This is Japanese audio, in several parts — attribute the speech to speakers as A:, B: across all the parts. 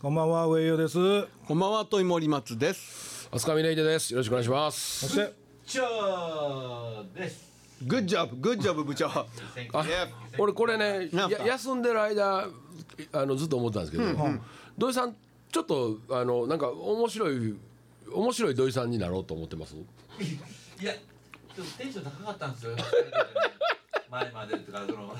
A: こんばんは上与です
B: こんばんは、といもりまつです。
C: あすかみねいでです。よろしくお願いします。
A: そして
D: じゃあです。
B: グッジョブ、グッジョブ部長。
C: あ
B: Yeah
C: 俺これね、
B: なん
C: や
B: か
C: 休んでる間、あのずっと思ってたんですけど、土井さんちょっとあのなんか面白い面白い土井さんになろうと思ってます。
D: いや、ちょっとテンション高かったんですよ。前までとかその。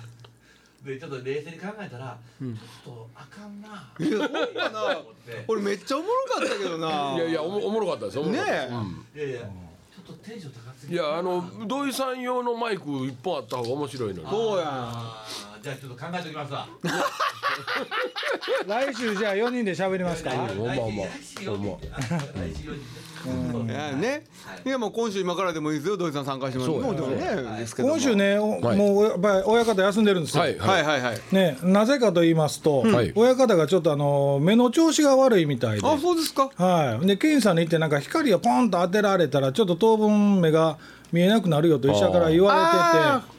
D: でちょっと冷静に考えたら、ちょっとあかんな。
B: いやそうかな
D: 思って
B: 俺めっちゃおもろかったけどな。
C: いやいやおもおもろかったです。おもろかったです
B: ね
D: いやいや、ちょっとテンション高すぎ
C: い
D: る
C: やあの土井さん用のマイク一本あった方が面白いのに。
B: そうやん。
D: あーじゃあちょっと考えておきますわ。
A: 来週じゃあ4人で喋りますか
D: 来週
C: ほんまほんま
D: 来週四人であ来週四人
B: い
D: で
B: やね、いやもう今週今からでもいいですよ土井さん参加してもらって
C: そ
B: も
C: う
B: う
C: や
B: でもねですけども
A: 今週ねお
C: はい
A: もうやっぱり親方休んでるんですよ
C: はい
B: は
C: はいい。
B: はいはい
A: ねなぜかと言いますと
C: はい
A: 親方がちょっとあの目の調子が悪いみたいで
B: あそうですか
A: はい、で検査に行ってなんか光をポンと当てられたらちょっと当分目が見えなくなるよと医者から言わ
B: あー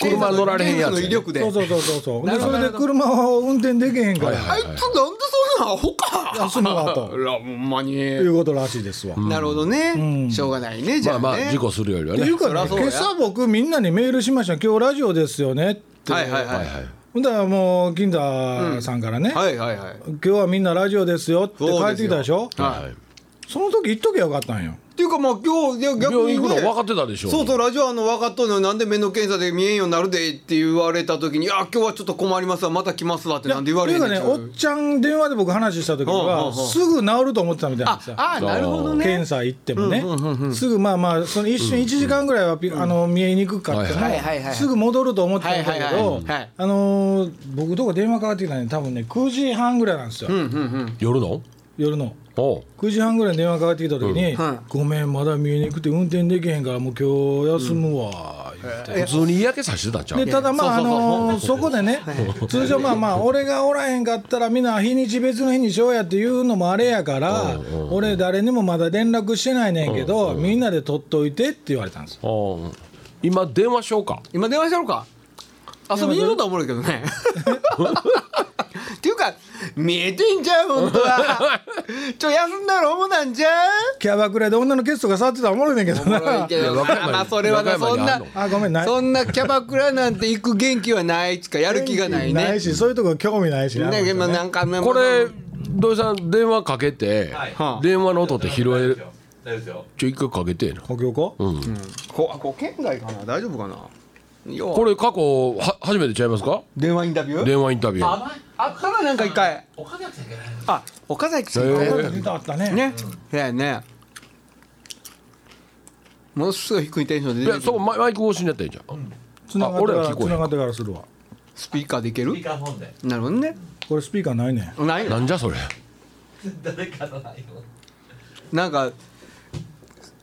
C: 車乗られへんやつ
B: 検査の威力
A: れてて
B: で
A: そうそうそうそうそうでそれで車を運転できへんから、
B: あ
C: はい
B: いつなんでそんなアホか
A: 休むわと
B: らほんまに
A: いうことらしいですわ。
B: なるほどねしょうがないねじ
C: ま
B: ゃ
C: あ
B: あ
C: まあ
B: ね
C: 事故するよりは
A: って
C: ね
A: い。うか
B: そ
A: ね
B: らそう
A: 今
B: や
A: 朝僕みんなにメールしました「今日ラジオですよね」って、
B: はいはいはい
A: ほんだらもう金田さんからね、
B: はいはいはい
A: 今日はみんなラジオですよ」って帰
B: そう
A: っ
B: です
A: て
B: よ
A: きたでしょそ
B: はい
A: の時言っとけばよかったんよ
B: っていうかまあ今日いや逆
C: 病
B: に
C: 院行くの
B: ね
C: 分かってたでしょ。
B: そうそうラジオあの分かっとんのになんで目の検査で見えんようになるでって言われた時に「いや今日はちょっと困りますわまた来ますわ」ってなんで言われ
A: い
B: へ
A: うんか
B: ね
A: ね
B: ん
A: おっちゃん電話で僕話した時
B: うんう
A: は
B: んうん
A: すぐ治ると思ってたみたいなん
B: あ
A: ですよ
B: あなるほどね
A: 検査行ってもね、すぐまあまあその一瞬1時間ぐらいはピ、あの見えにくかった
C: は
B: はいはいは
A: ら
B: い
A: すぐ戻ると思ってたんだけ
B: はいはい
A: ど
B: はいはい
A: あのー僕とこ電話かかってきたのに多分ね9時半ぐらいなんですよ、
C: 夜の？
A: 夜の
C: おう。
A: 9時半ぐらいに電話かかってきた時に「
B: うんはい
A: ごめんまだ見えにくくて運転できへんからもう今日休むわ」言って。
C: 普通に嫌気さしてたんちゃう
A: で。ただまああ
B: そうそうそう
A: のそこでね通常まあまあ俺がおらへんかったらみんな日にち別の日にしようやっていうのもあれやから俺誰にもまだ連絡してないねんけどみんなで取っといてって言われたんですよ
C: おう今電話しようか。
B: 今電話したのか遊びに行こうとは思うけどねっていうか見えてんじゃん本当はちょ休んだら思なんじゃ
A: キャバクラで女のケツとか触ってたらおもろいねんけど
B: ん悪
A: ない
B: けど
C: 和歌山に
B: まあそれはな
C: 和歌
B: そ
C: 山
B: ん
C: に
B: な
C: あ
B: ん
C: の
A: あごめんない
B: そんなキャバクラなんて行く元気はないつかやる気がない
A: な
B: ね
A: いしそういうとこ興味ないしな
B: ねでもなんかね
C: これ土井さん電話かけて、
D: はい
B: はあ
C: 電話の音って拾え
D: 大
C: る
D: 丈夫ですよ。
C: ちょ一回かけてえな、
A: 補強庫
C: うん
B: ここ県外かな大丈夫かなよう
C: これ過去は初めてちゃいますか
B: 電話インタビュー
C: 電話インタビュー
D: あ
B: あったらなんか一回
D: お金なくちゃいけない。
B: あ岡崎さん
C: へ
A: あ
C: え
A: これ見たあったね
B: ねそうやねものすごい低いテンションで出
C: い
B: て
C: や
B: くる
C: そこマイマイク越しにやったらいいじゃん、
A: つながってか
C: あ俺
A: ら
C: は聞こえへん
A: つながってからするわ
B: スピーカーでいけ
D: ス
B: る
D: ピーカーフォンで
B: なるほどね
A: これスピーカーないねん
B: ない
C: な
B: なん
C: じゃそれ
D: 誰かの内容。
B: んか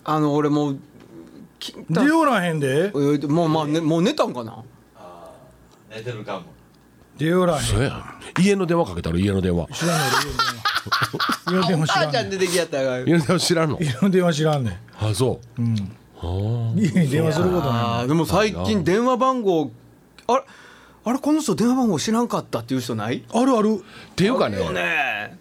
B: あの俺もうきた
A: 出おらへんで
B: えーもうまあ、ね、もう寝たんかな
D: あー寝てるかも。
A: 出おらへん
C: そうやん家の電話かけたら家の電話
A: 知らないで家の 電話知
B: 母
A: らん
B: ち
A: ね
B: ゃん
A: ん
B: 出てきやったから
C: 家の電話知らんの
A: 家の電話知らんねん
C: あそううんあ
A: 家に電話することない
B: あーでも最近電話番号あれあれこの人電話番号知らんかったっていう人ない
A: あるある
C: ーっていうかね
B: ね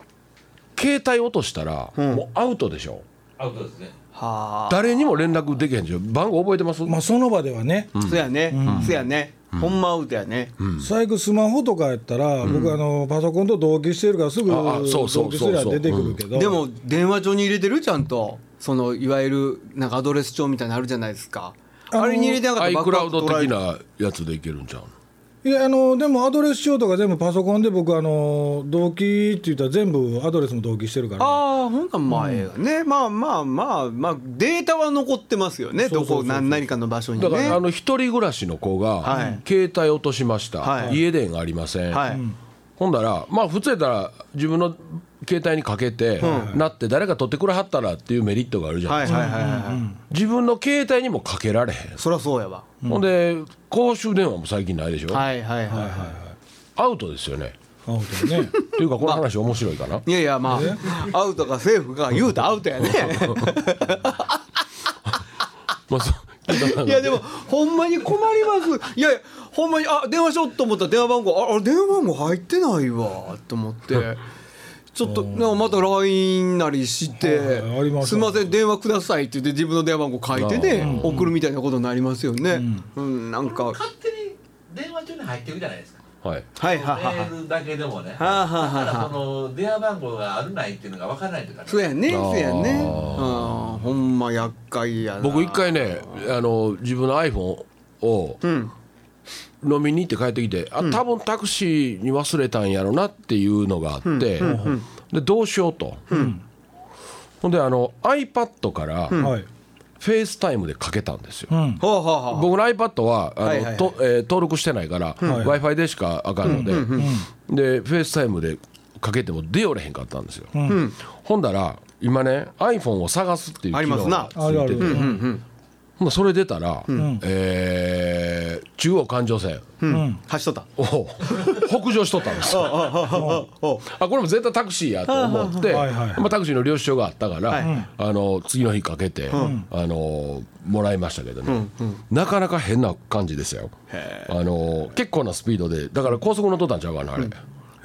C: 携帯落としたら、もうアウトでしょ
D: アウトですね。
B: はあ
C: 誰にも連絡できへんでしょ番号覚えてます、
A: まあその場ではね、
B: そやねそやねほんまアウトやね
A: 最悪スマホとかやったら、僕あのパソコンと同期してるからすぐ
C: ああそうそう
A: 同期すりゃ出てくるけど、
B: でも電話帳に入れてるちゃんとそのいわゆるなんかアドレス帳みたいなのあるじゃないですか
A: あの
B: あれに入れてなかったらバックアップ
C: iCloud 的
B: 取られ
C: なやつでいけるんちゃうの
A: いやあのでもアドレス帳とか全部パソコンで僕あの同期って言ったら全部アドレスも同期してるから
B: ああほんならまあええわね、まあまあまあまあデータは残ってますよね
A: そうそうそうそう
B: どこ何何かの場所にね
C: だから、あの一人暮らしの子が、
B: はい
C: 携帯落としました、
B: はい
C: 家電がありません、
B: はい、
C: ほんだらまあ普通やったら自分の携帯にかけて、なって誰か取ってくれはったらっていうメリットがあるじゃな
B: は
C: いで
B: いはい
C: すか、
B: はいはいはい、
C: 自分の携帯にもかけられへん、
B: そりゃそうやわ、
C: ほんで公衆電話も最近ないでしょ、
B: はいはいはい、は
C: アウトですよね
A: あ本当に ね
C: っていうかこの話面白い かな、
B: い、いやいやまあアウトかセーフか言うたアウトやね
C: まあそう
B: い やでもほんまに困りますいやいやほんまにあ電話しようと思ったら電話番号ああれ電話番号入ってないわと思ってちょっとなんかまた LINE なりして
A: はいありまし
B: 「
A: た
B: すいません電話ください」って言って自分の電話番号書いてね送るみたいなことになりますよね。うん、なんか
D: 勝手に電話中に入ってるじゃないですか
C: はい
B: はい
D: メ
B: はいはいはい。
D: ールだけでもねだ
B: はあはあはあ
D: からその電話番号があるないっていうのが分からないというかね
B: そうやね、
C: あー
B: そうやね。ああ、ほんま厄介やな。
C: 僕一回ねあの自分の iPhone を
B: うん。
C: 飲みに行って帰ってきて、あ多分タクシーに忘れたんやろなっていうのがあって、でどうしようと、ほんであの iPad からフ
A: はい
C: ェイスタイムでかけたんですよ、
A: うん
B: ほうほうほう。
C: 僕の iPad はあの、
B: はいはいはい
C: とえー登録してないから、w i f i でしかあかんので、でフェイスタイムでかけても出よれへんかったんですよ、ほんだら今ね iPhone を探すっていう
B: あ
C: 機
B: りま
C: 能
B: すな
C: がついてて
A: あるあるうん
C: ほんならそれ出たら、えー中央環状線
A: うん
B: 走っとっ
C: を 北上しとったんですよ
B: た。おう
C: あこれも絶対タクシーやと思って、
A: はいはいはい
C: まあ、タクシーの領収書があったから、
B: はい
C: あの次の日かけて、あのもらいましたけどね、なかなか変な感じですよあの結構なスピードでだから高速乗っとったんちゃうかなあれ、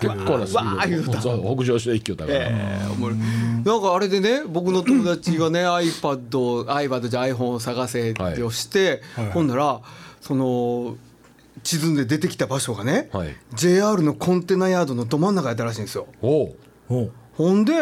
C: 結構なスピ
B: うわー言う
C: ード
B: た
C: でそう北上して一挙だから、
B: えーおもろいなんかあれでね僕の友達がね iPad を iPad じゃ iPhone を探せって押して、
A: はいはい
B: ほんならその地図で出てきた場所がね、
C: はい
B: JR のコンテナヤードのど真ん中やったらしいんですよ。
C: おう
A: おう
B: ほんで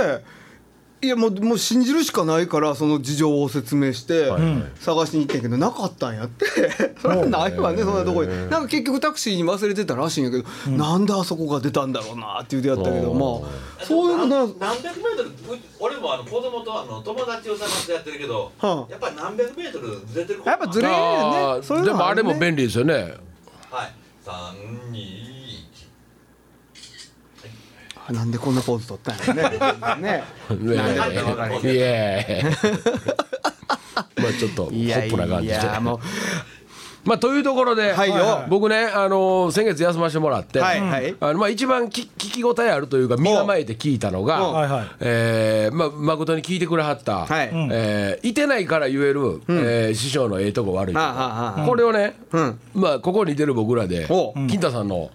B: いやもうもう信じるしかないからその事情を説明して
C: はいはい
B: 探しに行ってんけどなかったんやって それはないわねそんなとこになんか結局タクシーに忘れてたらしいんやけどなんであそこが出たんだろうなっていう出会ったけどまあそういうのな
D: 何百メートルう俺もあの子供とあの友達を探してやってるけど、
B: はあ
D: やっぱり何百メートルずれてる
B: やっぱずれる
C: あ
B: よね
C: ー
B: そういう
C: で
B: の
C: もあれも
B: ね
C: 便利ですよね
D: はい321
B: あなんでこんなポーズ取ったんやろ ねね
C: ね
D: なんでわかる
C: イ エーイまあちょっとホップな感じで
B: いやもう
C: まあというところで、
B: はいよ
C: 僕ね、あのー先月休ませてもらって、
B: はいはい
C: あのまあ、一番き聞き応えあるというか身構えて聞いたの
B: お
A: はい
C: が
A: はい、
C: えーまあ、誠に聞いてくれはった、
B: はい
C: えーいてないから言える、えー師匠のええとこ悪いと
B: あ
C: こ、
B: ああああ
C: これをね、
B: うん
C: まあ、ここに出る僕らで
B: お
C: 金太さんの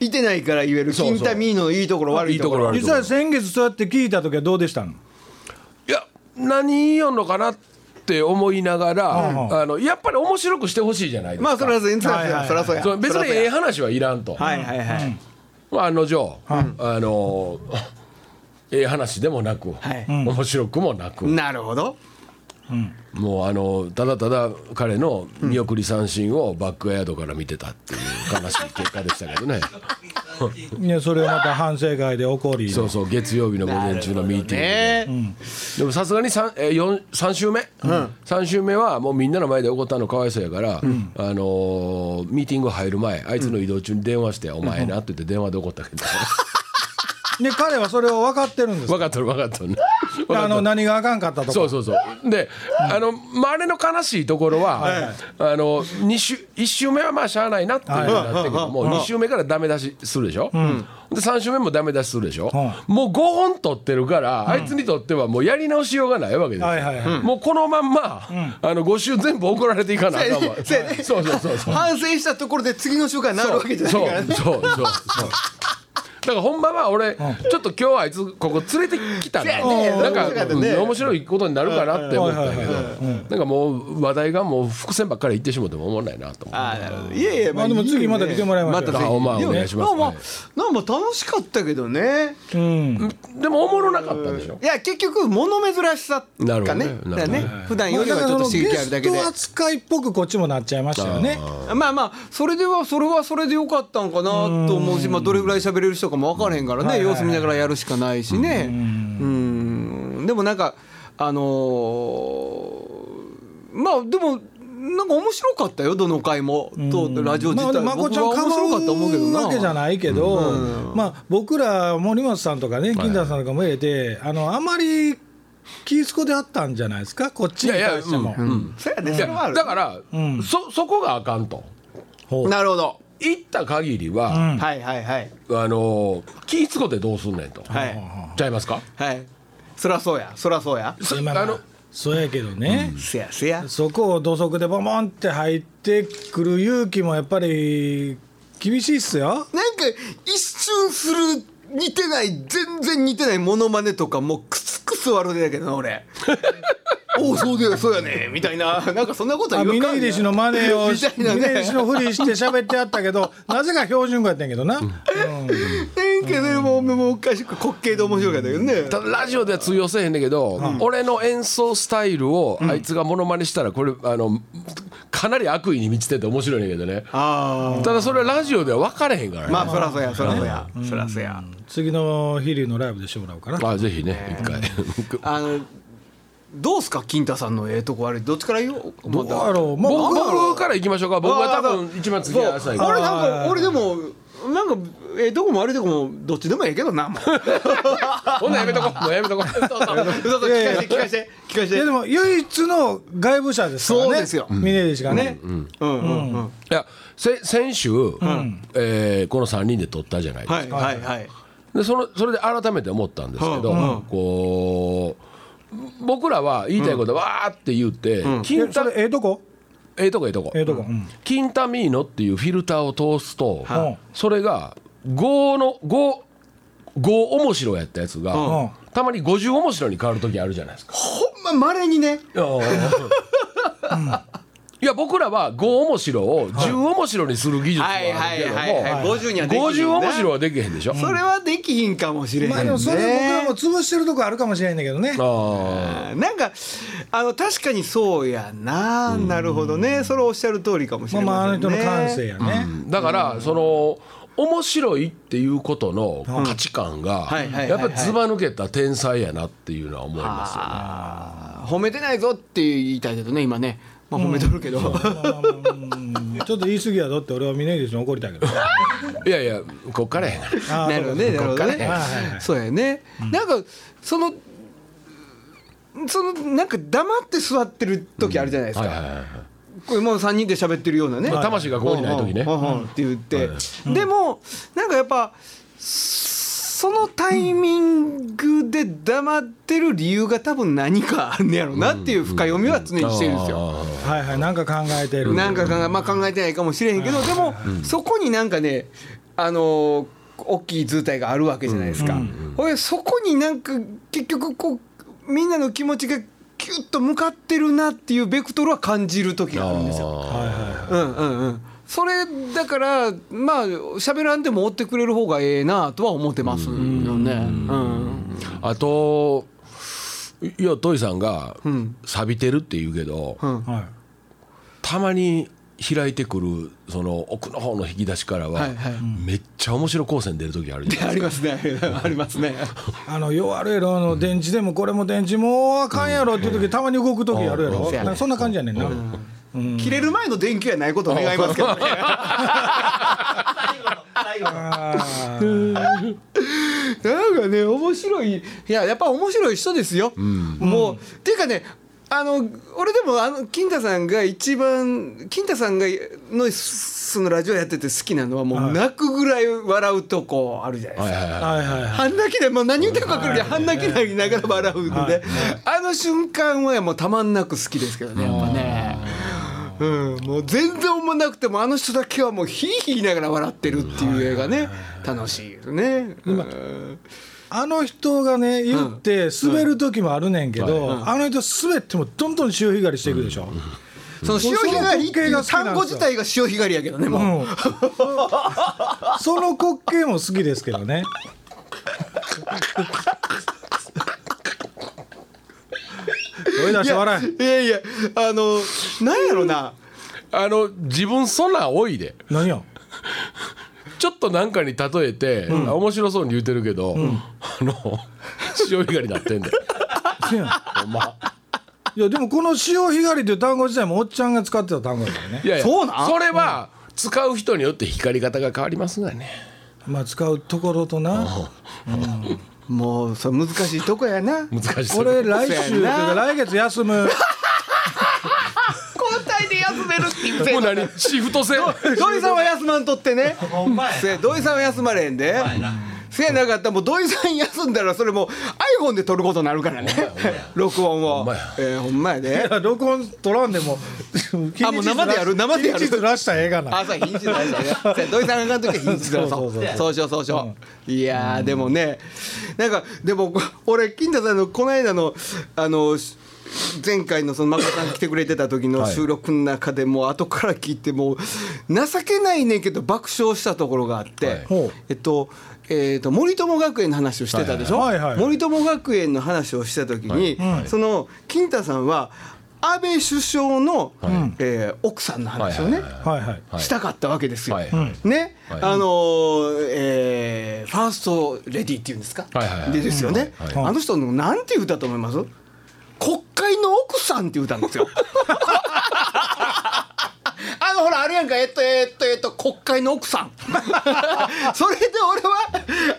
B: いてないから言える
C: そうそう
B: 金太ミーのいいところ悪いところ
C: 悪いと
A: 実
C: ころ
A: は先月そうやって聞いた時はどうでしたの
C: いや何言おんのかなって思いながら、
A: うん
C: あのやっぱり面白くしてほしいじゃないですか、
B: まあそれは全然
A: はいはい
B: そりゃそうや
C: そう別にええ
B: は
C: 話はいらんと。
B: いはいはい
C: まあ、案の定、あのええ話でもなく、
B: はい
C: 面白くもなく、
B: なるほど
C: もうあのただただ彼の見送り三振をバックヤードから見てたっていう悲しい結果でしたけどね
A: いやそれをまた反省会で起こり
C: そうそう月曜日の午前中のミーティングで、
B: ね
C: でもさすがに 3, えー四三週目、三週目はもうみんなの前で怒ったのかわいそうやから、あのーミーティング入る前あいつの移動中に電話して「お前な」って言って電話で怒ったけど
A: で彼はそれを分かってるんです
C: 分かっとる分かっとるね分かっと
A: あ
C: る
A: の何があかんかったとか
C: そうそうそうで、あのまああれの悲しいところは、あの二週1週目はまあしゃあないなっていうのになったけども、2週目からダメ出しするでしょ、で3週目もダメ出しするでしょ、
A: う
C: もう5本取ってるから、あいつにとってはもうやり直しようがないわけですよ、
A: はいはいはい
C: もうこのまんま、あの5週全部怒られていかなあかんわ
B: せやねせやね
C: そうそうそうそう
B: 反省したところで次の週間になるわけじゃない
C: そう
B: からね
C: そうそうそうだからほんまは俺ちょっと今日あいつここ連れてきたな
B: せやね
C: なんか
B: 面白かったね
C: うん面白いことになるかなって思ったけど
A: はいは
C: なんかもう話題がもう伏線ばっかり言ってしもても思わないなと思っ て
B: ああなるほどいやいや
A: まあでも次また来てもらいましょう
B: たぜひ
C: あまあ
B: でも
C: お願いします
B: まあまあなんか楽しかったけどね
A: うん
C: でもおもろなかったんでしょ
B: いや結局物珍しさ
C: なるほ
B: が
C: ど
B: ね
C: ね
B: だから
C: なる
B: ね
C: ほど
B: 普段
A: ま
B: よ
A: あ
B: り
A: だ
B: は
A: か
B: ち
A: ら
B: ょ
A: そ
B: っと
A: の
B: 刺
A: ゲ
B: 激あるだ
A: ス
B: けで
A: ト扱いっぽくこっちもなっちゃいましたよね
B: まあまあそれではそれはそれでよかったんかなと思うしまあどれぐらい喋れる人かも分からへんか
A: は
B: ら
A: い
B: ね
A: はいは
B: 様
A: い
B: 子見ながらやるしかないしねうんでもなんかあのーまあでもなんか面白かったよどの回もとラジオ自体
A: まあ、まこ
B: 僕
A: ちゃん
B: は面
A: 構
B: 白かったと思うけど
A: うわけじゃ
B: な
A: ないけど、まあ、僕ら森本さんとかね金田さんとかも入れて、あのあまり気すこであったんじゃないですかこっちに対しても。
B: そうやね
C: い
B: それはあ
C: や
B: る
C: だから
A: うん
C: そそこがあかんと
A: ほう
B: なるほど
C: 言った限り
A: う
C: は
A: ん
B: はいはいはい
C: あの気ぃつこてどうすんねんと
B: はい
C: ちゃいますか
B: はいそらそうやそらそうや
C: そ
A: 今
C: あ
A: まあ
C: の
A: そうやけどね、
B: せやせや
A: そこを土足でボンボンって入ってくる勇気もやっぱり厳しいっすよ。
B: なんか一瞬する似てない全然似てないモノマネとかもうクスクス笑うてたけどな俺 おおそうだよそうやねみたいな なんかそんなこと
A: あ
B: 言わん
A: 峰
B: かん
A: 岸のマネを
B: みたいな
A: 峰
B: ね
A: 岸のふりして喋ってあったけどなぜか標準語やったんやけどな、
B: ええけどもうもうおかしく滑稽で面白かったけどね
C: ただラジオでは通用せえへんねんけど、俺の演奏スタイルをあいつがモノマネしたらこれあのかなり悪意に満ちてて面白いねんけどね
B: あ
C: ただそれはラジオでは分かれへんから
B: あ
C: ね、
B: まあそらそやそらそやそらそや
A: 次の飛龍のライブでしてもらおうかな
C: あぜひね一回
B: あのどうすか金太さんのええとこ悪いどっちから言おう
A: どうやろう、まあ、
C: 僕
A: 僕
C: 僕から行きましょうか僕は多分一番次は浅いから
B: 俺なんか俺でもなんかええとこも悪いとこもどっちでもええけどなも う
C: ほんならやめとこもうやめとこ
B: 嘘嘘聞かして聞かして聞かし
A: いや
B: て
A: でも唯一の外部者ですからね
B: そうですよ
A: 峰岸がね
B: ねうんうんうん
C: いやせ先週、えーこの3人で撮ったじゃないですか、
B: はいはいはい
C: でそのそれで改めて思ったんですけど、
B: うんうん
C: こう僕らは言いたいことわーって言って、金
A: えそ
C: 太
A: れええとこ
C: ええとこええとこ
A: ええとこ、うん
C: 金太ミーノっていうフィルターを通すと、
A: はい
C: それが5の5 5面白やったやつが、
A: うん
C: たまに50面白に変わる時あるじゃない ですか。
B: ほんま稀にね
C: いや僕らは5面白を10面白にする技術はあるけども、
B: い50にはできひんな
C: 50面白はできへんでしょ。
B: それはできひんかもしれへんね
A: まあでもそれ僕らも潰してるとこあるかもしれないんだけどね
C: あ
B: なんかあの確かにそうやななるほどねそれおっしゃる通りかもし
A: まあ
B: れ
A: まああ
B: ま
A: の
B: せんね
A: 人の感性やね、
C: ーだからその面白いっていうことの価値観が
B: はいはいはいはい
C: やっぱずば抜けた天才やなっていうのは思いますよね。
B: あー褒めてないぞって言いたいけどね今ねまあ褒めとるけど、
A: うんちょっと言い過ぎやぞって俺は峰岸に怒りたいけ ど
C: いやいやこっからやから。
A: ああ
B: なるほどねなるほどね
A: はいはいはい
B: そうやね、なんかそのそのなんか黙って座ってる時あるじゃないですか、
C: はいはいはいはい
B: これもう3人で喋ってるようなね、
C: 魂がここにない時ね
B: うんうんうんって言って、でもなんかやっぱそのタイミングで黙ってる理由が多分何かあるんねやろうなっていう深読みは常にしてるんですよ。
C: あー
A: はいはいなんか考えてる
B: なんか考え,、まあ、考えてないかもしれへんけどでもそこになんかねあのー大きい図体があるわけじゃないですか。ほいでそこになんか結局こうみんなの気持ちがキュッと向かってるなっていうベクトルは感じる時があるんですよ。
A: はいはいはい
B: うんうんうんそれだからまあ喋らんでも追ってくれる方がええなとは思ってますよねうん
C: あといやトイさんが錆びてるって言うけど、
B: うん
A: はい
C: たまに開いてくるその奥の方の引き出しからは、
B: はいはい
C: めっちゃ面白光線出る時あるじゃん
B: ありますね ありますね
A: あの弱悪いろあの電池でもこれも電池もうあかんやろっていう時たまに動く時あるやろ
B: うん
A: なんかそんな感じやねんな
B: 切れる前の電球やないことを願いますけどね
D: 最後の最後の
A: あー
B: なんかね面白いいややっぱ面白い人ですよもうっていうかねあの俺でもあの金太さんが一番金太さんがのそのラジオやってて好きなのはもう泣くぐらい笑うとこあるじゃ ないですか
C: はいはいはい
A: はいはいはい
B: 半泣きでもう何言ってるか分かるけど半泣きになりながら笑うのであの瞬間はもうたまんなく好きですけどねやっぱね。うん、もう全然思わなくてもあの人だけはもうヒーヒー言いながら笑ってるっていう映画ね楽しいですね。うん
A: あの人がね言って滑る時もあるねんけどあの人滑ってもどんどん潮干狩りしていくでしょ
B: その潮干狩りっていう単語自体が潮干狩りやけどねもう、
A: うんその滑稽も好きですけどね声出して
B: いや
A: 笑い
B: いやいやあのなんやろな
C: あの自分そんなん多いで
A: 何や
C: ちょっとなんかに例えて、面白そうに言うてるけど、あの潮干狩りなってん だよ
A: せやん
C: ほんま
A: いやでもこの潮干狩りという単語自体もおっちゃんが使ってた単語だよね
C: いやいや
B: そうなん
C: それは使う人によって光り方が変わりますがね
A: まあ使うところとな
B: もうそれ難しいとこや な
C: 難しい
A: 俺来週と
B: そう
A: いう
B: やな
A: か来月休む
B: 交代で休めるっていう制
C: も
B: 度
C: う何シフト制
B: 土井さんは休まんとってね
D: ほんまや
B: せ土井さんは休まれへんで
D: な
B: せやなかったらもう土井さん休んだらそれもう iPhone で撮ることになるからね録音を
C: ほんまや
B: えーほんまやで
A: や録音取らんでも
B: あもう生でやる生でやる
A: 日ずらしたらええがな
B: 朝品質大事だね土井さんが監督は品質だ
A: そうそうそう
B: そうそうそうそういやーでもねなんかでもこ俺金田さんのこの間のあのし前回のそのマコさん来てくれてた時の収録の中でもう後から聞いてもう情けないねんけど爆笑したところがあって、
C: はい
A: ほう
B: えっとえー、と森友学園の話をしてたでしょ、
A: はいはいはい
B: 森友学園の話をした時に、その金太さんは安倍首相の、えー奥さんの話をね、
C: はいはいはい
A: はいはい
C: はい
B: したかったわけですよ。
C: はいはい
B: ね、
C: はい
B: あのーえーファーストレディーっていうんですか、
C: はいはいはい
B: でですよね、
C: はい
A: はい
B: あの人のなんていう歌と思います国会の奥さんっていう歌なんです よ。あのほらあれやんかえっとえっとえっと国会の奥 さんそれで俺は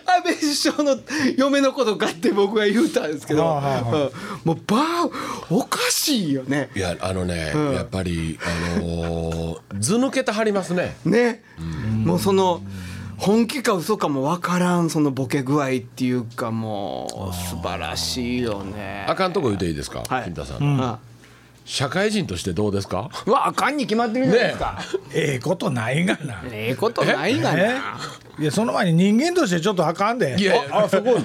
B: 安倍首相の嫁のことかって僕が言うたんですけど、
A: ああはいは
B: うんもうばあおかしいよね
C: いやあのね、やっぱりあのー、図抜けてはりますね
B: ね、もうその本気か嘘かも分からんそのボケ具合っていうかもう素晴らしいよね
C: あかんとこ言うていいですか、
B: はい
C: 金田さん、
B: うん
C: 社会人としてどうで すか
B: うわあかんに決まってるじゃないですか、
A: ええことないがな
B: ねええことないが
A: え
B: な、
A: いやその前に人間としてちょっとあかんで
C: いやいやそこ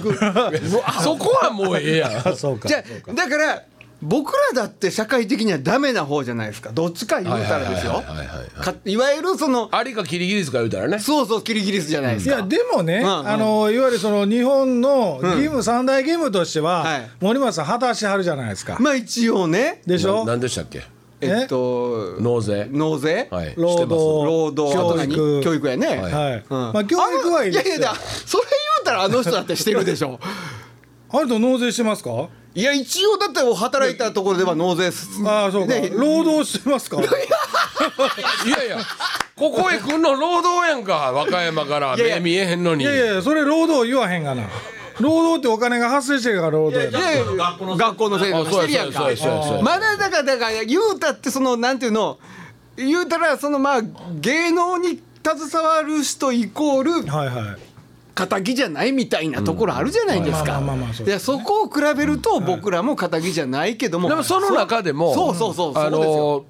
C: そこはもうええやん
A: あそうか
B: じゃあだから僕らだって社会的にはダメな方じゃないですかどっちか言うたらですよ
C: はいはいはいはいはいはい
B: かいわゆるその
C: ありかキリギリスか言うたらね
B: そうそうキリギリスじゃないで
A: い
B: すか、
A: やでもね、
B: んうん
A: あのいわゆるその日本の義務、三大義務としては、
B: はい
A: 森松さん果たしてはるじゃないですか。
B: まあ一応ね
A: でしょ
C: ななんでしたっけ
B: えっと
C: 納税
B: 納税、
C: はい
A: 労
C: してます
A: 働
B: 労働
A: 教育
B: あと何教育やね、
C: はい
A: はい
B: うん
A: まあ、教育はいい
B: い
A: で
B: や
A: すよ
B: いやだそれ言うたらあの人だってしてるでしょ
A: あれと納税してますか
B: いや一応だって働いたところでは納税す
A: ああそうか、
B: ね
A: 労働してますか
C: いやいやここへ来んの労働やんか和歌山から
B: いやいや
C: 目見えへんのに
A: いやいやいやそれ労働言わへんがな労働ってお金が発生してるから労働や
B: い
A: な
B: やいや
D: 学校の
B: 学校の制度
C: あ
B: がし
C: そ
B: て
C: う
B: る
C: や
B: や
C: そ
B: ん
C: うやそう
B: か
C: やそうやそうや
B: まだだからだから言うたってそのなんていうの言うたらそのまあ芸能に携わる人イコール
A: はいはい
B: 仇じゃないみたいなところあるじゃないです
A: ま
B: か
A: あまあまあまあそう
B: いやそこを比べると僕らも仇じゃないけども
C: でもその中でも
B: そうそうそうそうそ
C: あ
B: うですよ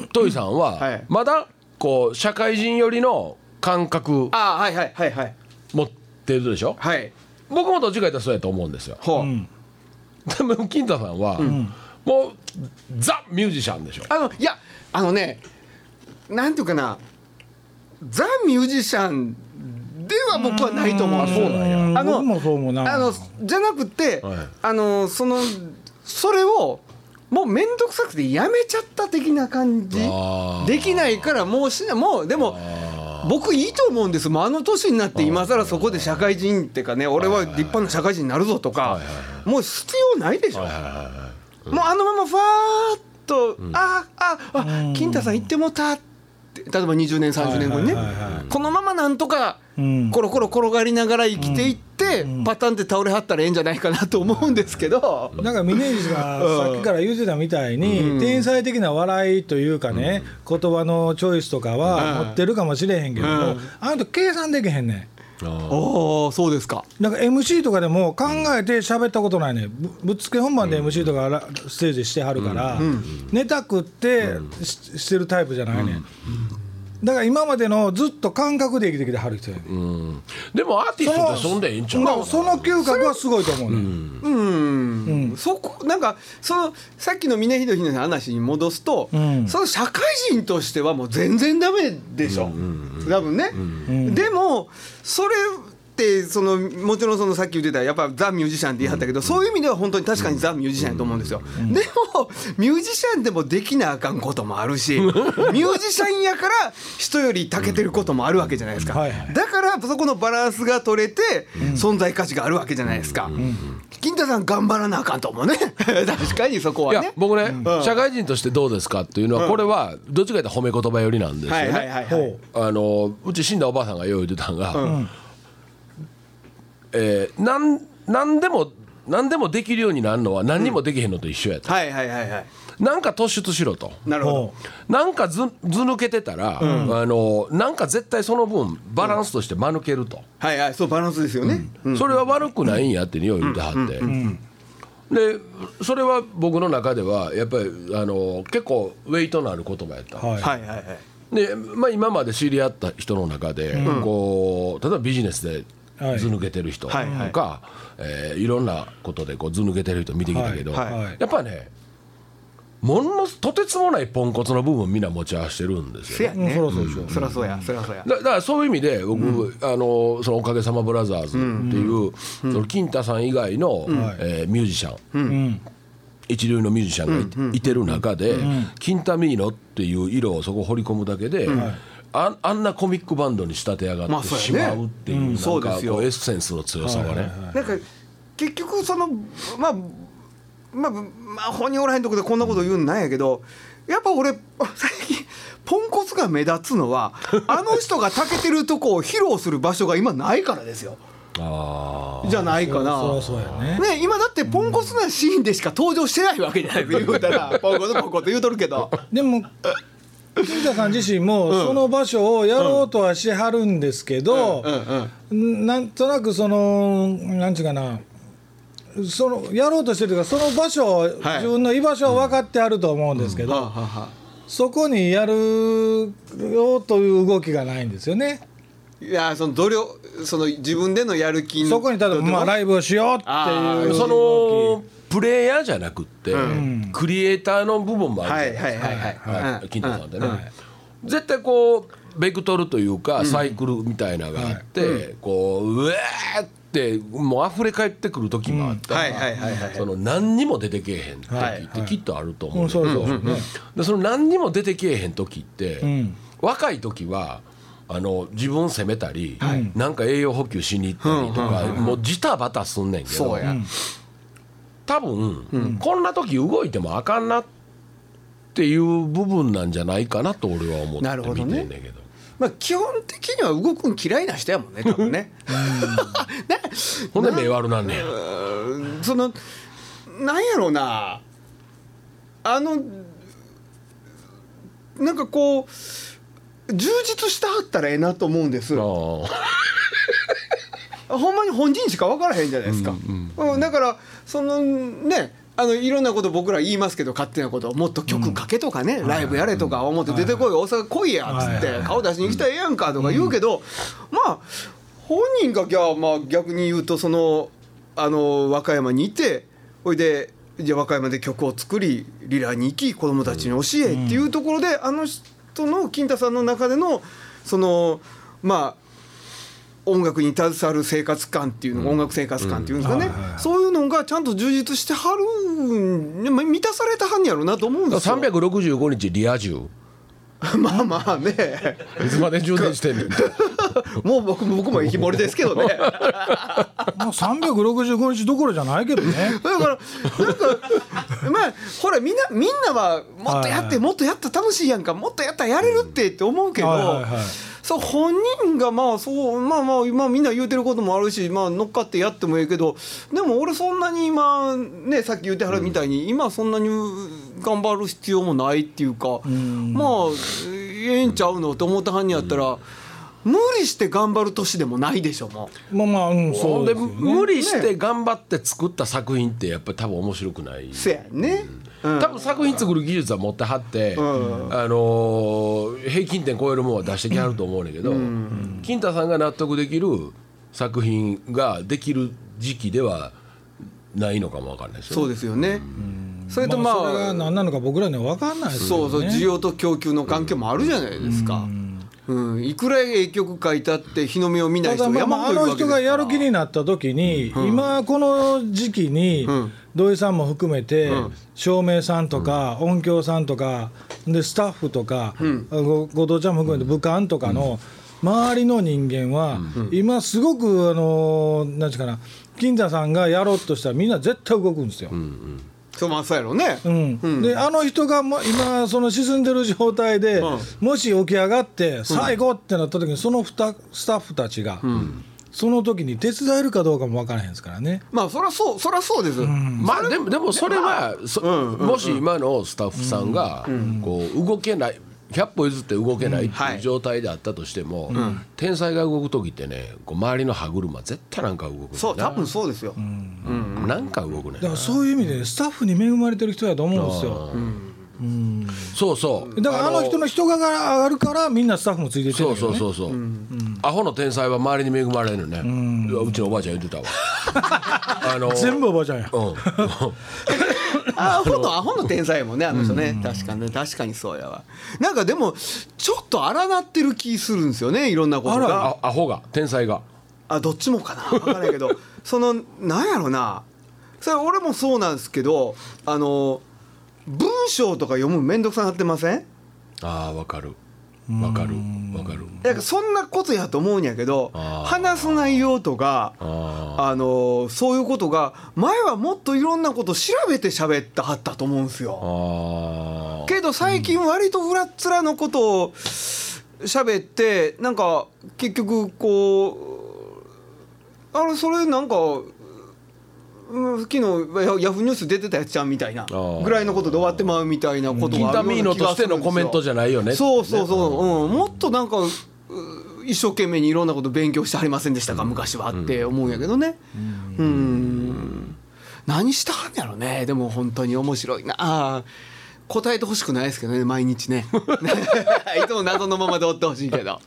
C: のトイさん
B: は
C: はいまだこう社会人寄りの感覚
B: ああはいはいはいはい
C: 持ってるでしょ
B: はい
C: 僕もどっちか言ったらそうやと思うんですよ
B: ほう、
C: でも金太さんはもうザ・ミュージシャンでしょ
B: あのいやあのねなんていうかなザ・ミュージシャンでは僕はないと思うんですよ
C: あそうなん
A: や
B: あの
A: 僕もそう思うな
B: あのじゃなくて、
C: はい
B: あのそのそれをもう面倒くさくてやめちゃった的な感じ
C: あー
B: できないからもうしなもうでも僕いいと思うんですもうあの年になって今更そこで社会人っていうかね俺は立派な社会人になるぞとかもう必要ないでしょ。もうあのままファーっと、あああ金太さん行ってもうたって例えば20年30年後にね、
A: はいはいはいは
B: このままなんとか、
A: うん
B: コロコロ転がりながら生きていって、パタンって倒れはったらええんじゃないかなと思うんですけど、
A: なんか峯岸がさっきから言うてたみたいに、天才的な笑いというかね、言葉のチョイスとかは
B: うん
A: 持ってるかもしれへんけども、
B: うん
A: あの人計算できへんね
B: おおそうですか
A: んなんか MC とかでも考えて喋ったことないねんぶぶっつけ本番で MC とかあらステージしてはるから、ネタ食ってししてるタイプじゃないねん、だから今までのずっと感覚で生きてきてはる人やねん
C: うんでもアーティストってそんでええんちゃう
A: まあその嗅覚はすごいと思うねん、
B: うん、そこなんかそのさっきの峰秀秀の話に戻すと、
A: うん
B: その社会人としてはもう全然ダメでしょ、多分ね、でもそれってそのもちろんそのさっき言ってたやっぱザ・ミュージシャンって言いはったけど、そういう意味では本当に確かにザ・ミュージシャンやと思うんですよ、でもミュージシャンでもできなあかんこともあ るしミュージシャンやから人より長けてることもあるわけじゃないですか、
A: うんはいはい
B: だからそこのバランスが取れて存在価値があるわけじゃないですか、金太さん頑張らなあかんと思うね 確かにそこ
C: い
B: は
C: や
B: ね
C: 僕ね、社会人としてどうですかっていうのは、これはどっちかというと褒め言葉寄りなんですよ
B: は
C: ね、
B: いはいはいは
A: ほ
B: いう
C: あのうち死んだおばあさんがよう言ってたんが、えーなんなんでも何でもできるようになるのは何にもできへんのと一緒やと、
B: はいはいはいはい
C: なんか突出しろと
B: なるほど
C: なんかずず抜けてたら、あのなんか絶対その分バランスとして間抜けると、
B: はいはいそうバランスですよね、うん
C: それは悪くないんやって匂い言うてはって、でそれは僕の中ではやっぱりあの結構ウェイトのある言葉やった、
A: はい
B: はいはいはい
C: で、まあ、今まで知り合った人の中で、こう例えばビジネスで
A: はい
C: ず抜けてる人とか、
B: はいいはい
C: えーいろんなことでこうず抜けてる人見てきたけど、
B: はい
A: はい
C: やっぱねものすとてつもないポンコツの部分をみんな持ち合わせてるんです
B: せ
C: よ
B: や
C: ね。
A: うん
B: ね、
A: そらそうでしょ
B: そらそうやそらそうや
C: だだからそういう意味で僕、あのそのおかげさまブラザーズっていう、その金太さん以外の、えーミュージシャ
A: う
C: ン、
A: ん
C: 一流のミュージシャンがい,、てる中で、キンタミーノっていう色をそこ掘り込むだけで、ああんなコミックバンドに仕立て上が
B: ま
C: っ
B: あ
C: て
B: そうやね
C: しまうっていう,、
B: うん
C: なんか
B: そ
C: こ
B: うですよ
C: うエッセンスの強さはね、
B: なんか結局そのまあまあまあ本人おらへんとこでこんなこと言うんなんやけどやっぱ俺最近ポンコツが目立つ のはあの人がたけてるとこを披露する場所が今ないからですよ
C: あ
B: じゃないかな。
A: そらそうやね
B: ね、今だってポンコツなシーンでしか登場してないわけじゃないですか言うたらポンコツポンコツ言うとるけど
A: でも金田さん自身もその場所をやろうとはしはるんですけど、
B: うんうん
A: なんとなくそのなんちゅうかなそのやろうとしてるというかその場所を、
B: はい
A: 自分の居場所は分かってあると思うんですけど、
B: はあはあは
A: そこにやるよという動きがないんですよね。
B: あいやその努力その自分でのやる気
A: そこに例えば、まあ、ライブをしようって
B: あ
A: い
B: ー
A: う
C: そのプレイヤーじゃなくって、
B: ん
C: クリエイターの部分もあ
B: は
C: る
B: い
C: じゃな
B: はいいはいはい
C: は
B: う
C: い、
B: ん
C: 金太さんってね、
B: うん
C: 絶対こうベクトルというかサイクルみたいなのがあって、こううえーってもう溢れ返ってくる時もあったら、
B: うんはいはいはいはい
C: その何にも出てけえへん時ってきっとあると思う,、んだけど
A: うんそうそうそう
C: でその何にも出てけえへん時って、
A: ん
C: 若い時は。あの自分責めたり、なんか栄養補給しに行ったりとか、もうジタバタすんねんけど
B: そうや、
C: 多分、こんな時動いてもあかんなっていう部分なんじゃないかなと俺は思って
B: なるほ
C: 見て
B: ど
C: ん
B: ね
C: だけど
B: まあ、基本的には動くん嫌いな人やもんね多分 ね。な
C: ほんで目悪なんねや
B: うーんそのなんやろうなあのなんかこう充実したはったらええなと思うんですほ
C: あ
B: んまに本人しか分からへんじゃないですか、うんだからそのねあのいろんなこと僕ら言いますけど勝手なこともっと曲かけとかね、ライブやれとか思って出てこい、大阪来いやっつって、
A: はいはい
B: 顔出しに来たらええやんかとか言うけど、まあ本人がぎゃあまあ逆に言うとそのあの和歌山にいてほいでじゃあ和歌山で曲を作りリラに行き子どもたちに教えっていうところで、あの人の金太さんの中でのそのまあ音楽に携わる生活感っていうの、音楽生活感っていうんですかね、そういうのがちゃんと充実してはるんまあ満たされたはんやろうなと思うん
C: あ
B: ですよ。
C: 365日リア充
B: まあまあね
C: いつまで充電してんねん
B: もう僕僕も生き盛りですけどね。
A: もう365日どころじゃないけどね
B: だからなんかまあほらみんなみんなはもっとやって、
A: はいはい
B: もっとやったら楽しいやんかもっとやったらやれるってって思うけど、
A: はいはいはい
B: そう本人がまあそうまあまあ今みんな言うてることもあるし、まあ、乗っかってやってもええけどでも俺そんなに今ねさっき言ってはるみたいに、今そんなに頑張る必要もないっていうか、まあええんちゃうのと思ってはんにやったら、無理して頑張る年でもないでしょもう。
A: まあまあうん
C: ほ
A: そ
C: ん
A: う
C: で
A: ですよ
C: 無理して頑張って作った作品ってやっぱり多分面白くない
B: せやね、うん
C: 多分作品作る技術は持ってはって、
B: ん
C: あのー平均点超えるもんは出してきはると思うねんだけど、金太さんが納得できる作品ができる時期ではないのかもわかんないですよ
B: そうですよね。それとまあ、
A: それが何なのか僕らには分かんないです
B: そう
A: よ
B: そう
A: ね
B: 需要と供給の関係もあるじゃないですか。うん、いくらええ曲書いたって日の目を見ない
A: た
B: 人
A: だ
B: が
A: まあ、
B: 山
A: まあ、あ
B: ほどいる
A: の
B: わ
A: 人
B: けですか
A: がや
B: ら
A: る気になった時に、今この時期に、
B: ん
A: 土井さんも含めて、
B: ん
A: 照明さんとか、音響さんとかでスタッフとか、ご後藤ちゃんも含めて武漢とかの、周りの人間は、今すごくあのなんちゅうかな金田さんがやろうとしたらみんな絶対動くんですよ。
B: そうまあそうやろうね。
A: うんであの人がも今その沈んでる状態で、
B: うん
A: もし起き上がって最後ってなった時にそのふたスタッフたちがその時に手伝えるかどうかも分からへんですからね
B: まあそりゃそうそりゃそうです、
C: まあでもでもそれはそもし今のスタッフさんがこう動けない100歩譲って動けないっていう状態であったとしても天才が動く時ってねこう周りの歯車絶対なんか動くねんな
B: そう多分そうですよ、
C: うんなんか動くね
A: だ
C: ん
A: か
C: な
A: らそういう意味でスタッフに恵まれてる人やと思うんですよ
C: そうそう
A: だからあの人の人が上がるからみんなスタッフもついてってるん
C: そ
A: だ
C: う
A: けど
C: そ
A: ね
C: うそうそう、アホの天才は周りに恵まれるね、うわうちのおばあちゃん言 ってたわあの
A: 全部おばちゃんや
C: うん
B: あアホとアホの天才もねあの人ね、確かにね確かにそうやわなんかでもちょっと荒なってる気するんですよねいろんなことが
C: あアホが天才が
B: あどっちもかな分からない けどそのなんやろなそれ俺もそうなんですけどあの文章とか読むのめんどくさなってません
C: ああわかるわかるわかる
B: なんかそんなことやと思うんやけど
C: あー
B: 話す内容とか
C: あ
B: あのそういうことが前はもっといろんなこと調べて喋ってはったと思うんですよ。
C: ああ
B: けど最近割とフラッツラのことを喋ってなんか結局こうあれそれなんかうん昨日ヤヤフーニュース出てたやつちゃんみたいな
C: ー
B: ぐらいのことで終わってまうみたいなこと
C: キン
B: があ
C: タ
B: る
C: ミ
B: よう
C: ー
B: な
C: ノ
B: 気
C: と
B: が
C: し
B: す
C: て
B: るんですよ
C: のコメントじゃないよね
B: そうそうそう、うん、もっとなんかう一生懸命にいろんなこと勉強してはりませんでしたか、昔はって思うんやけどねうん何したはんやろねでも本当に面白いなあ答えてほしくないですけどね毎日 ねいつも謎のままでおってほしいけど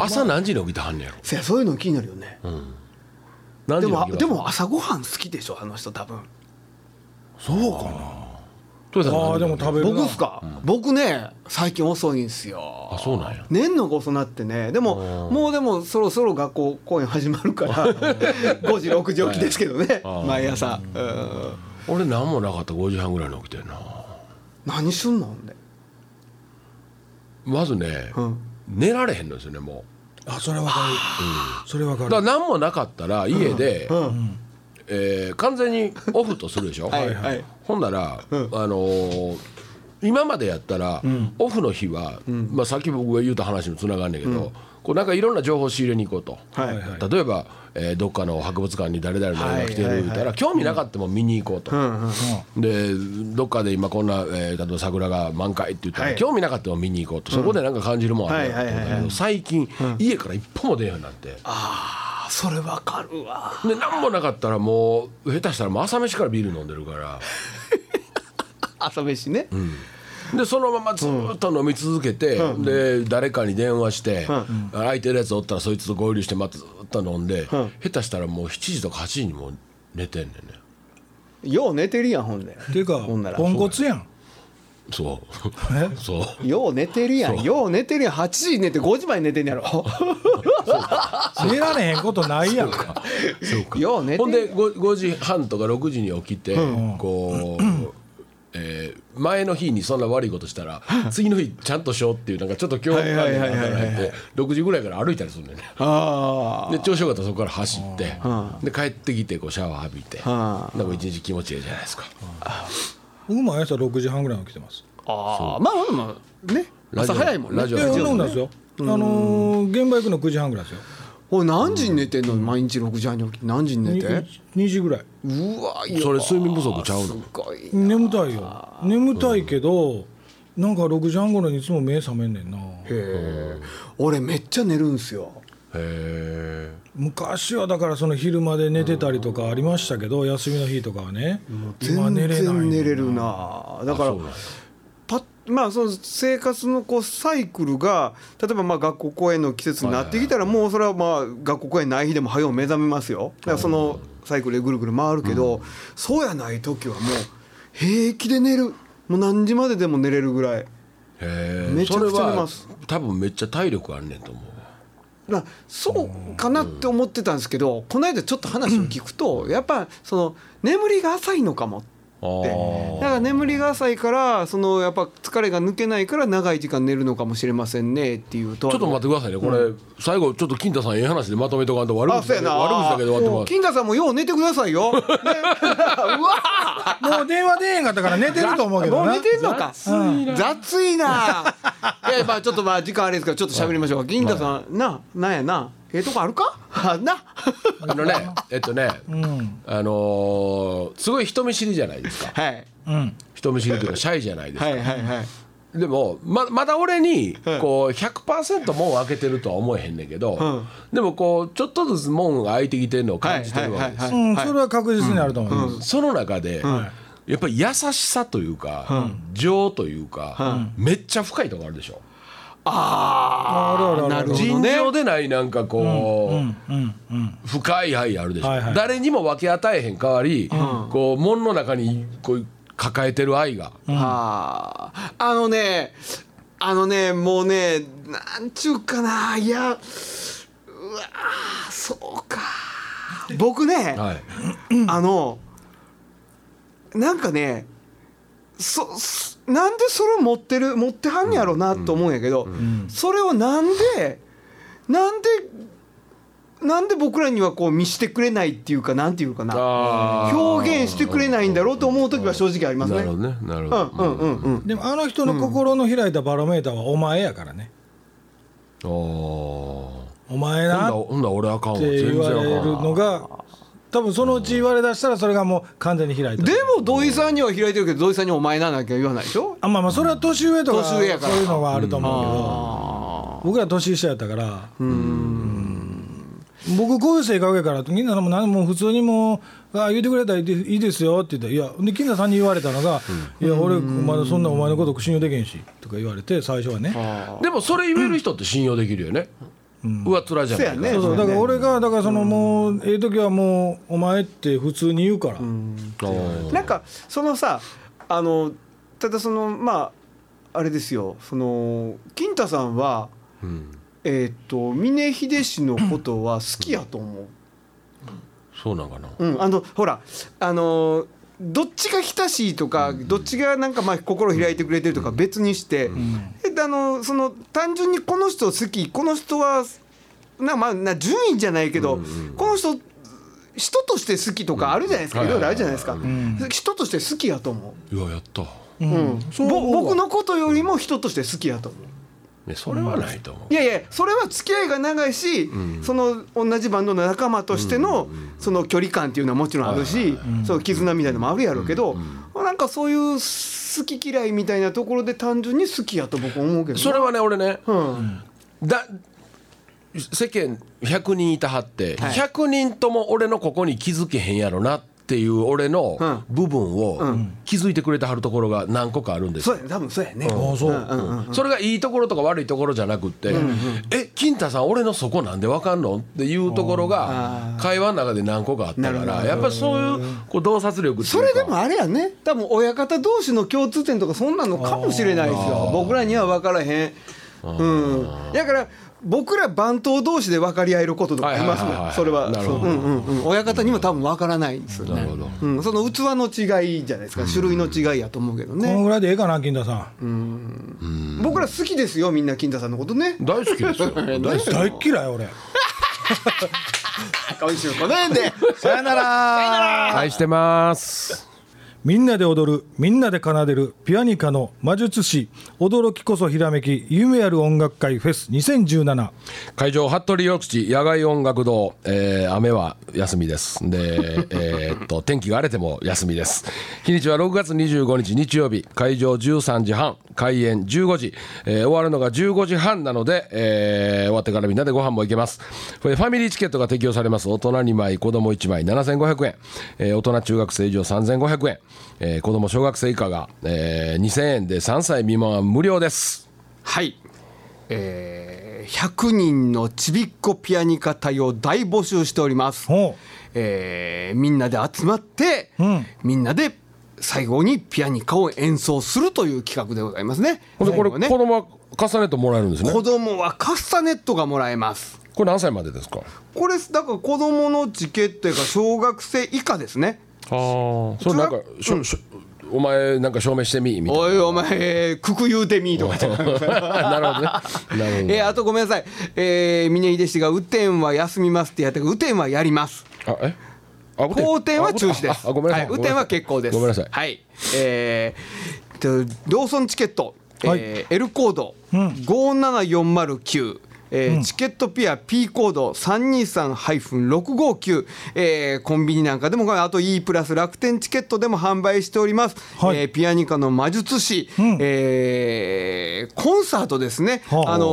C: 朝何時に起きてはんねやろ
B: そやそういうの気になるよね、
C: 何
B: で
C: 時に
B: もあ
C: 起きはん
B: でも朝ごはん好きでしょあの人多分
C: そうかなトヨタさん
A: ああ
C: 何
A: で
C: 時に
A: も
C: 起きはん
A: 食べるな
B: 僕っすか、僕ね最近遅いんすよ
C: あそうなんや
B: 年の遅なってねでももうでもそろそろ学校公演始まるから 5時6時起きですけどね
C: あー
B: 毎朝うん
C: 俺何もなかった5時半ぐらいに起きてんな
B: 何すんのほんで
C: まずね、
B: ん
C: 寝られへんのですよねも
A: あそれわかるそれわか
C: うだ
A: る
C: から何もなかったら家で、
B: うん
C: えー完全にオフとするでしょ
B: はいはい
C: ほんなら、
B: ん
C: あのー今までやったら、オフの日は、まあ、さっき僕が言うた話にもつながんねんけど、こうなんかいろんな情報を仕入れに行こうと、
B: はいはい
C: 例えば、えーどっかの博物館に誰々の絵が来て
B: はいはいはい
C: る言ったら、興味なかったも見に行こうと、
B: うんうん
C: でどっかで今こんな、えー例えば桜が満開って言ったら、
B: はい
C: 興味なかったら見に行こうとそこでなんか感じるもんあるなと思うん
B: はいはいは
C: だけ
B: いは
C: ど
B: い
C: 最近、家から一歩も出んようになってで
B: あそれわかるわ
C: 何もなかったらもう下手したらもう朝飯からビール飲んでるから
B: 朝飯ね
C: でそのままずっと飲み続けて、で誰かに電話して、空いてるやつおったらそいつと合流してまたずっと飲んで、下手したらもう7時とか8時にもう寝てんねんね
B: よう寝てるやんほんで
A: っていうか
B: ほんなら
A: ポンコツやん
C: そう
A: え
C: そう
B: よう寝てるやんよう寝てるやん8時に寝て5時まで寝てんやろ
A: 寝られへんことないやんか
C: そうか
B: よう寝てる
C: ほんで 5, 時半とか6時に起きて、こう、えー前の日にそんな悪いことしたら次の日ちゃんとしようっていうなんかちょっと今日
B: はいはいはいはいはい
C: 6時ぐらいから歩いたりするんだよね
B: あ
C: で調子よかったらそこから走って
B: は
C: で帰ってきてこうシャワー浴びて
B: は
C: なんか一日気持ちいいじゃないですか
A: 僕も朝6時半ぐらいに起きてます
B: あああまあまあまあね
C: ラジ
B: 朝
C: オ
B: 早いもんね
C: ラジ
A: い
C: オ
A: やそんなことない
C: ラ
A: です
C: ジオ
A: よあのー現場行くの9時半ぐらいですよ
B: おい何時に寝てんの毎日6時半に起きて何時に寝て
A: 2時ぐらいう
B: わい
C: それ睡眠不足ちゃう
B: す
C: の
B: ごい
A: 眠たいよ眠たいけどなんか6時半頃にいつも目覚めんねんな
B: へえ俺めっちゃ寝るんすよ
C: へえ
A: 昔はだからその昼まで寝てたりとかありましたけど休みの日とかはね今
B: 全
A: 寝れない
B: 然寝れ
A: る
B: るなだから
C: そうなんや
B: パッまあその生活のこうサイクルが例えばまあ学校公演の季節になってきたらもうそれはまあ学校公演ない日でも早う目覚めますよだからそのサイクルでぐるぐる回るけど、そうやない時はもう平気で寝るもう何時まででも寝れるぐらい。
C: へえ
B: めちゃくちゃ
C: それは
B: 寝ます
C: 多分めっちゃ体力あんねんと思う
B: まあ、そうかなって思ってたんですけどこの間ちょっと話を聞くとやっぱその眠りが浅いのかもって
C: あ
B: だから眠りが浅いからそのやっぱ疲れが抜けないから長い時間寝るのかもしれませんねっていうと
C: ちょっと待ってくださいね、これ、最後、ちょっと金太さん、ええ話でまとめとかんと悪
B: あ
C: 口
B: そうや
C: だけ
B: な
C: ど、悪口だけど終わってます。
B: 金田さんもよう寝てくださいよ、ねうわ
A: もう電話出えへんかったから寝てると思うけ
B: も
A: ど
B: う
A: な
B: 寝てんのか雑 いないやまあちょっとまあ時間あれですからちょっと喋りましょうか金田さんななんやなええとこあるかあんな
C: あのねえっとね、あのーすごい人見知りじゃないですか
B: はい
A: うん
C: 人見知りというかシャイじゃないですか、
B: はいはいはい
C: でもままだ俺に
B: はい
C: こう100%門を開けてるとは思えへんねんけど、
B: うん
C: でもこうちょっとずつ門が開いてきてるのを
B: は
C: 感
B: い
C: じて
B: はい
C: る
B: は
C: わけ
B: い
C: ですよ、
B: はい
A: うん、
B: はい
A: それは確実にあると思います、
C: その中で、やっぱり優しさというか、情というか、めっちゃ深いとこあるでしょ、
B: あー
A: あるあるある
B: なるほど
C: 尋
B: ね
C: 常でないなんかこう、深い愛あるでしょ、
A: はいはい
C: 誰にも分け与えへん代わり、こう門の中にこう抱えてる愛が、
B: はああのねあのねもうねなんちゅうかないやうわーそうか僕ね、
C: はい、
B: あのなんかねそそなんでそれを持ってる持ってはんねやろうなと思うんやけど、それをなんでなんでなんで僕らにはこう見してくれないっていうかなんていうかな
C: あー
B: 表現してくれないんだろうと思う時は正直ありますね。
C: なるほどねなるほ
B: う
C: ど
B: ん、うんうんうん
A: でもあの人の心の開いたバロメーターはお前やからね
C: おー
A: お前
C: ほんだ
A: なっ
C: ほんだ俺あかんわ
A: て
C: 全
A: 言
C: 然
A: わ
C: あ
A: れる
C: かんわ
A: のが多分そのうち言われだしたらそれがもう完全に開いた
B: でも土井さんには開いてるけど土井さんにはお前なんだけは言わないでしょ
A: あまあまあそれは年上とか
B: 年上やから
A: そういうのはあると思うけど、
B: あ
A: 僕ら年下やったから僕こういう性格やからみんなも何も普通にもうあ言ってくれたらいいでいいですよって言っていやで金田さんに言われたのが「いや俺まだそんなお前のこと信用できへんし」とか言われて最初はね
C: でもそれ言える人って信用できるよね、上っ面じゃない
B: そうや
C: から
B: ね
A: そうそうだから俺がだからそのもうええ時はもう「お前」って普通に言うから
C: あー
B: あなんかそのさあのただそのまああれですよその金太さんは
C: うん
B: えーっと峰秀氏のことは好きやと思う
C: そうなんかな、
B: うん、あのほらあのーどっちが親しいとか、どっちがなんかまあ心開いてくれてるとか別にして、であのその単純にこの人好きこの人はなまあな順位じゃないけど、この人人として好きとかあるじゃないですか、
C: うん
B: いろいろあるじゃないですか、
A: ん
B: 人として好きやと思
C: いややった
B: う、うん
A: そう
B: ぼ僕のことよりも人として好きやと思う。
C: ねそれはないと思う
B: いやいやそれは付き合いが長いし、その同じバンドの仲間としての、その距離感っていうのはもちろんあるし、その絆みたいなのもあるやろうけど、なんかそういう好き嫌いみたいなところで単純に好きやと僕思うけどね
C: それはね俺ね
B: うん
C: だ世間100人いたはって、
B: はい
C: 100人とも俺のここに気づけへんやろなっていう俺の
B: うん
C: 部分
B: う
C: を
B: ん
C: 気づいてくれてはるところが何個かあるんです
B: そう
C: よ
B: やね多分そうやね、
A: ああそう
B: うんうんうん
C: それがいいところとか悪いところじゃなくって「え金太さん俺のそこなんでわかんの?」っていうところが
B: あー
C: 会話の中で何個かあった
B: な
C: か
B: るほ
C: ら
B: ど
C: やっぱりそういうこう洞察力って
B: そ
C: い
B: れ
C: う
B: で
C: か
B: もあれやね多分親方同士の共通点とかそんなのかもしれないですよ僕らには分からへんうんだから僕ら番頭同士で分かり合えることとかあります
C: はいはいはい
B: も
C: は
B: ん
C: い
B: それは
C: なる
B: そ
C: ほ
B: う
C: ど
B: うんうんうん親方にも多分分からないんですよ
C: なる
B: ね
C: ほど
B: うんその器の違いじゃないですか種類の違いやと思うけど
A: この
B: ね
A: ぐらいでええかな金田さん
B: 僕ら好きですよみんな金太さんのことね
C: 大好きですよ大好き
A: 大っ嫌い俺
B: 今週この辺で
A: さよなら
C: 愛してます
A: みんなで踊るみんなで奏でるピアニカの魔術師驚きこそひらめき夢ある音楽会フェス2017
C: 会場服部緑地野外音楽堂、えー雨は休みですでえーっ と天気が荒れても休みです日にちは6月25日日曜日会場13時半開演15時、えー終わるのが15時半なので、えー終わってからみんなでご飯も行けますこれファミリーチケットが適用されます大人2枚子供1枚7500円、えー大人中学生以上3500円、えー子供小学生以下が、えー2000円で3歳未満は無料です
B: はいえー100人のちびっこピアニカ隊を大募集しております
A: ほ
B: えーみんなで集まって、
A: うん
B: みんなで最後にピアニカを演奏するという企画でございますね。
C: ほんでこれ
B: 最後ね
C: 子供は重ねてもらえるんですね
B: 子供はカスタネットがもらえます。
C: これ何歳までですか
B: これだから子供のチケットが小学生以下ですね。
C: ああそれなんかしょ、しょお前なんか証明してみみたい
B: おいお前くく言うてみーとかって。
C: ななるほどねなるほど、
B: えーあとごめんなさい、えー、峰秀氏が「雨天は休みます」ってやったけど雨天はやります
C: あえあ雨天
B: 後転は中止で
C: あ
B: す。
C: あごめんなさい、
B: は雨天は結構です。
C: ごめんなさい、
B: はい。えー、えっとローソンチケット、えー
A: はい
B: L コード五七四0九えーチケットピア P コード323-659、えーコンビニなんかでもあと E プラス楽天チケットでも販売しております、
A: はい
B: えーピアニカの魔術師、えーコンサートですね、
A: はあ
B: あの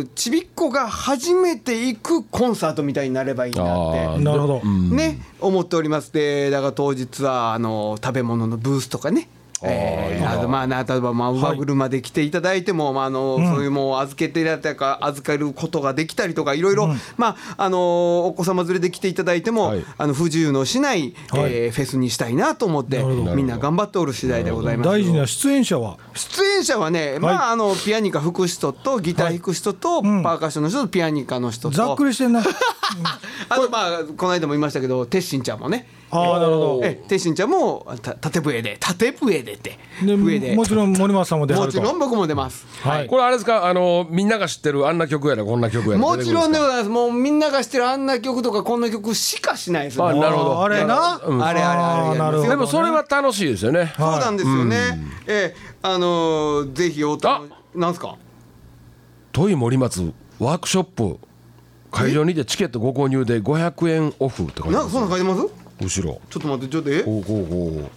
B: ーちびっこが初めて行くコンサートみたいになればいいなって
C: あー
A: なるほど、
B: ね、思っておりますでだから当日はあの食べ物のブースとかねえーあとまあな例えばまあ馬車で来ていただいても、まああのそういうもう預けていただいたりとか預かることができたりとかいろいろ、まああのお子様連れで来ていただいても、
C: はい
B: あの不自由のしない、
A: はい
B: えーフェスにしたいなと思ってみんな頑張っておる次第でございます。
A: 大事な出演者は
B: 出演者はね、まああのピアニカ吹く人とギター弾く人と、
A: ん
B: パーカッションの人とピアニカの人と
A: ざっくりしてんな
B: あとまあこの間も言いましたけど鉄心ちゃんもね
A: ああなるほど
B: ええ鉄心ちゃんもた縦笛で縦笛でって
A: で
B: 笛で
A: もちろん森松さんも出は
B: も
A: る
B: ち
A: と
B: ろん僕も出ます
A: はい
C: これあれですかあのみんなが知ってるあんな曲やらこんな曲やら
B: もちろんで
C: ね
B: ございますもうみんなが知ってるあんな曲とかこんな曲しかしないです
C: あ
B: よ、
C: なるほど
A: あーあれな、
C: うん
B: あれあれあ
A: ー
B: れ
A: なるほど
C: でもそれは楽しいですよね
B: そうなんですよね、ええあのーぜひおたなんすか
C: トイ森松ワークショップ会場にてチケットご購入で500円オフって書いて
B: な
C: あ
B: ん
C: る
B: かそんなん書いてます
C: 後ろ
B: ちょっと待ってちょっとえ
C: こうこうこ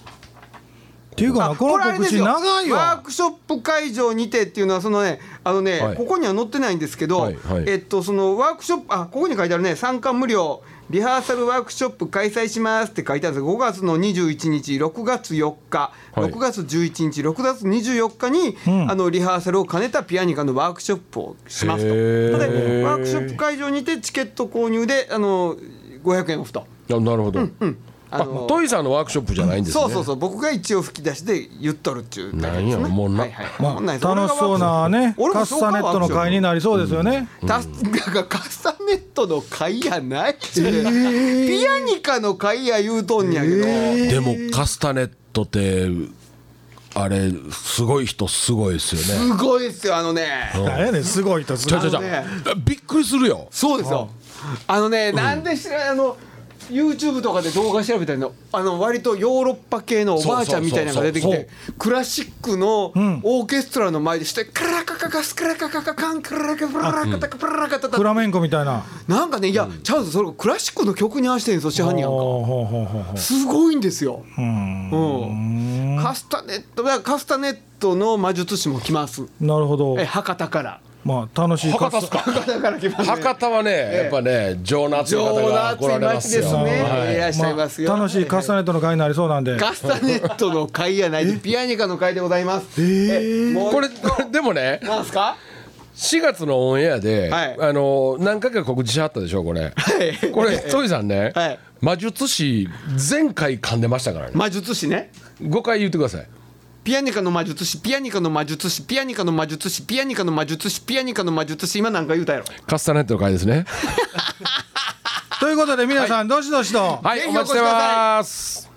A: っていうか
B: あ
A: なこ
B: れあ
A: の
B: れ
A: 告
B: です
A: 知
B: よ
A: 長い
B: ワー
A: わ
B: クショップ会場にてっていうのはそのねあのね、
C: はい
B: ここには載ってないんですけど、
C: はいはい
B: えっとそのワークショップあここに書いてあるね参加無料リハーサルワークショップ開催しますって書いてあるんです5月の21日6月4日、
C: はい
B: 6月11日6月24日に、あのリハーサルを兼ねたピアニカのワークショップをしますと
C: へー
B: ただワークショップ会場にてチケット購入であの500円オフと。
C: うあなるほど、
B: あ
C: あ
B: の
C: トイさんのワークショップじゃないんですね
B: そうそうそう僕が一応吹き出しで言っとるっちゅうタイプ
C: なんや
B: ですね
C: もうな
B: はいはい
A: ま
B: こ
A: あ
B: んなんです
A: 楽しそうなね
B: 俺
A: カ
B: も
A: ッ
B: そう
A: サネットの会になりそうですよね、
B: タスがカスタネットの会やないっちゅう、ピアニカの会や言うとんやけど、
C: でもカスタネットってあれすごい人すごいですよね
B: すごいですよあのね
A: なんやねんすごいとす
C: ち
A: ご
C: ょ
A: い
C: ちょちょ
B: あのね
C: びっくりするよ
B: そうですよあのねなんで知らないあの YouTube とかで動画調べたのあの割とヨーロッパ系のおばあちゃんみたいなのが出てき
C: そうそう
B: てクラシックのオーケストラの前でしてカラカカカスカラカカカカンカラカブララカタカブララカタタ
A: フラメンコみたいな
B: なんかねいや、ちゃんとそれがクラシックの曲に合わせてるんですよ市販にやんか
A: ほうほうほうほうほう
B: すごいんですよ、
A: うん
B: うん、カスタネットだからカスタネットの魔術師も来ます
A: なるほど
B: え博多から
A: まあ楽しい
C: 博
A: カッ
C: 多っ
A: サ
C: すか
B: 博多から来ます、ね、
C: 博多はねやっぱね情の熱い方
B: 情の
C: が
B: 熱
C: 来ら
B: い
C: れます
B: 街で
C: よ
B: すね、
C: はい
B: い、らっしゃいますよ、
A: まあ楽しいカスタネットの会になりそうなんで
B: カスタネットの会やないピアニカの会でございますえもう
C: これこれでもね
B: なんすか
C: 4月のオンエアで、
B: はい
C: あの何回か告知しはったでしょこれ、
B: い
C: これトイさんね、
B: はい
C: 魔術師前回噛んでましたからね
B: 魔術師ね
C: 5回言ってください
B: ピアニカの魔術師ピアニカの魔術師ピアニカの魔術師ピアニカの魔術師ピアニカの魔術師今なんか言うたやろ
C: カスタネットの回ですね
A: ということで皆さんどしどしと
C: はい
B: ぜ
C: お
B: ひお越しく
C: 待ちして
B: ださい
C: ます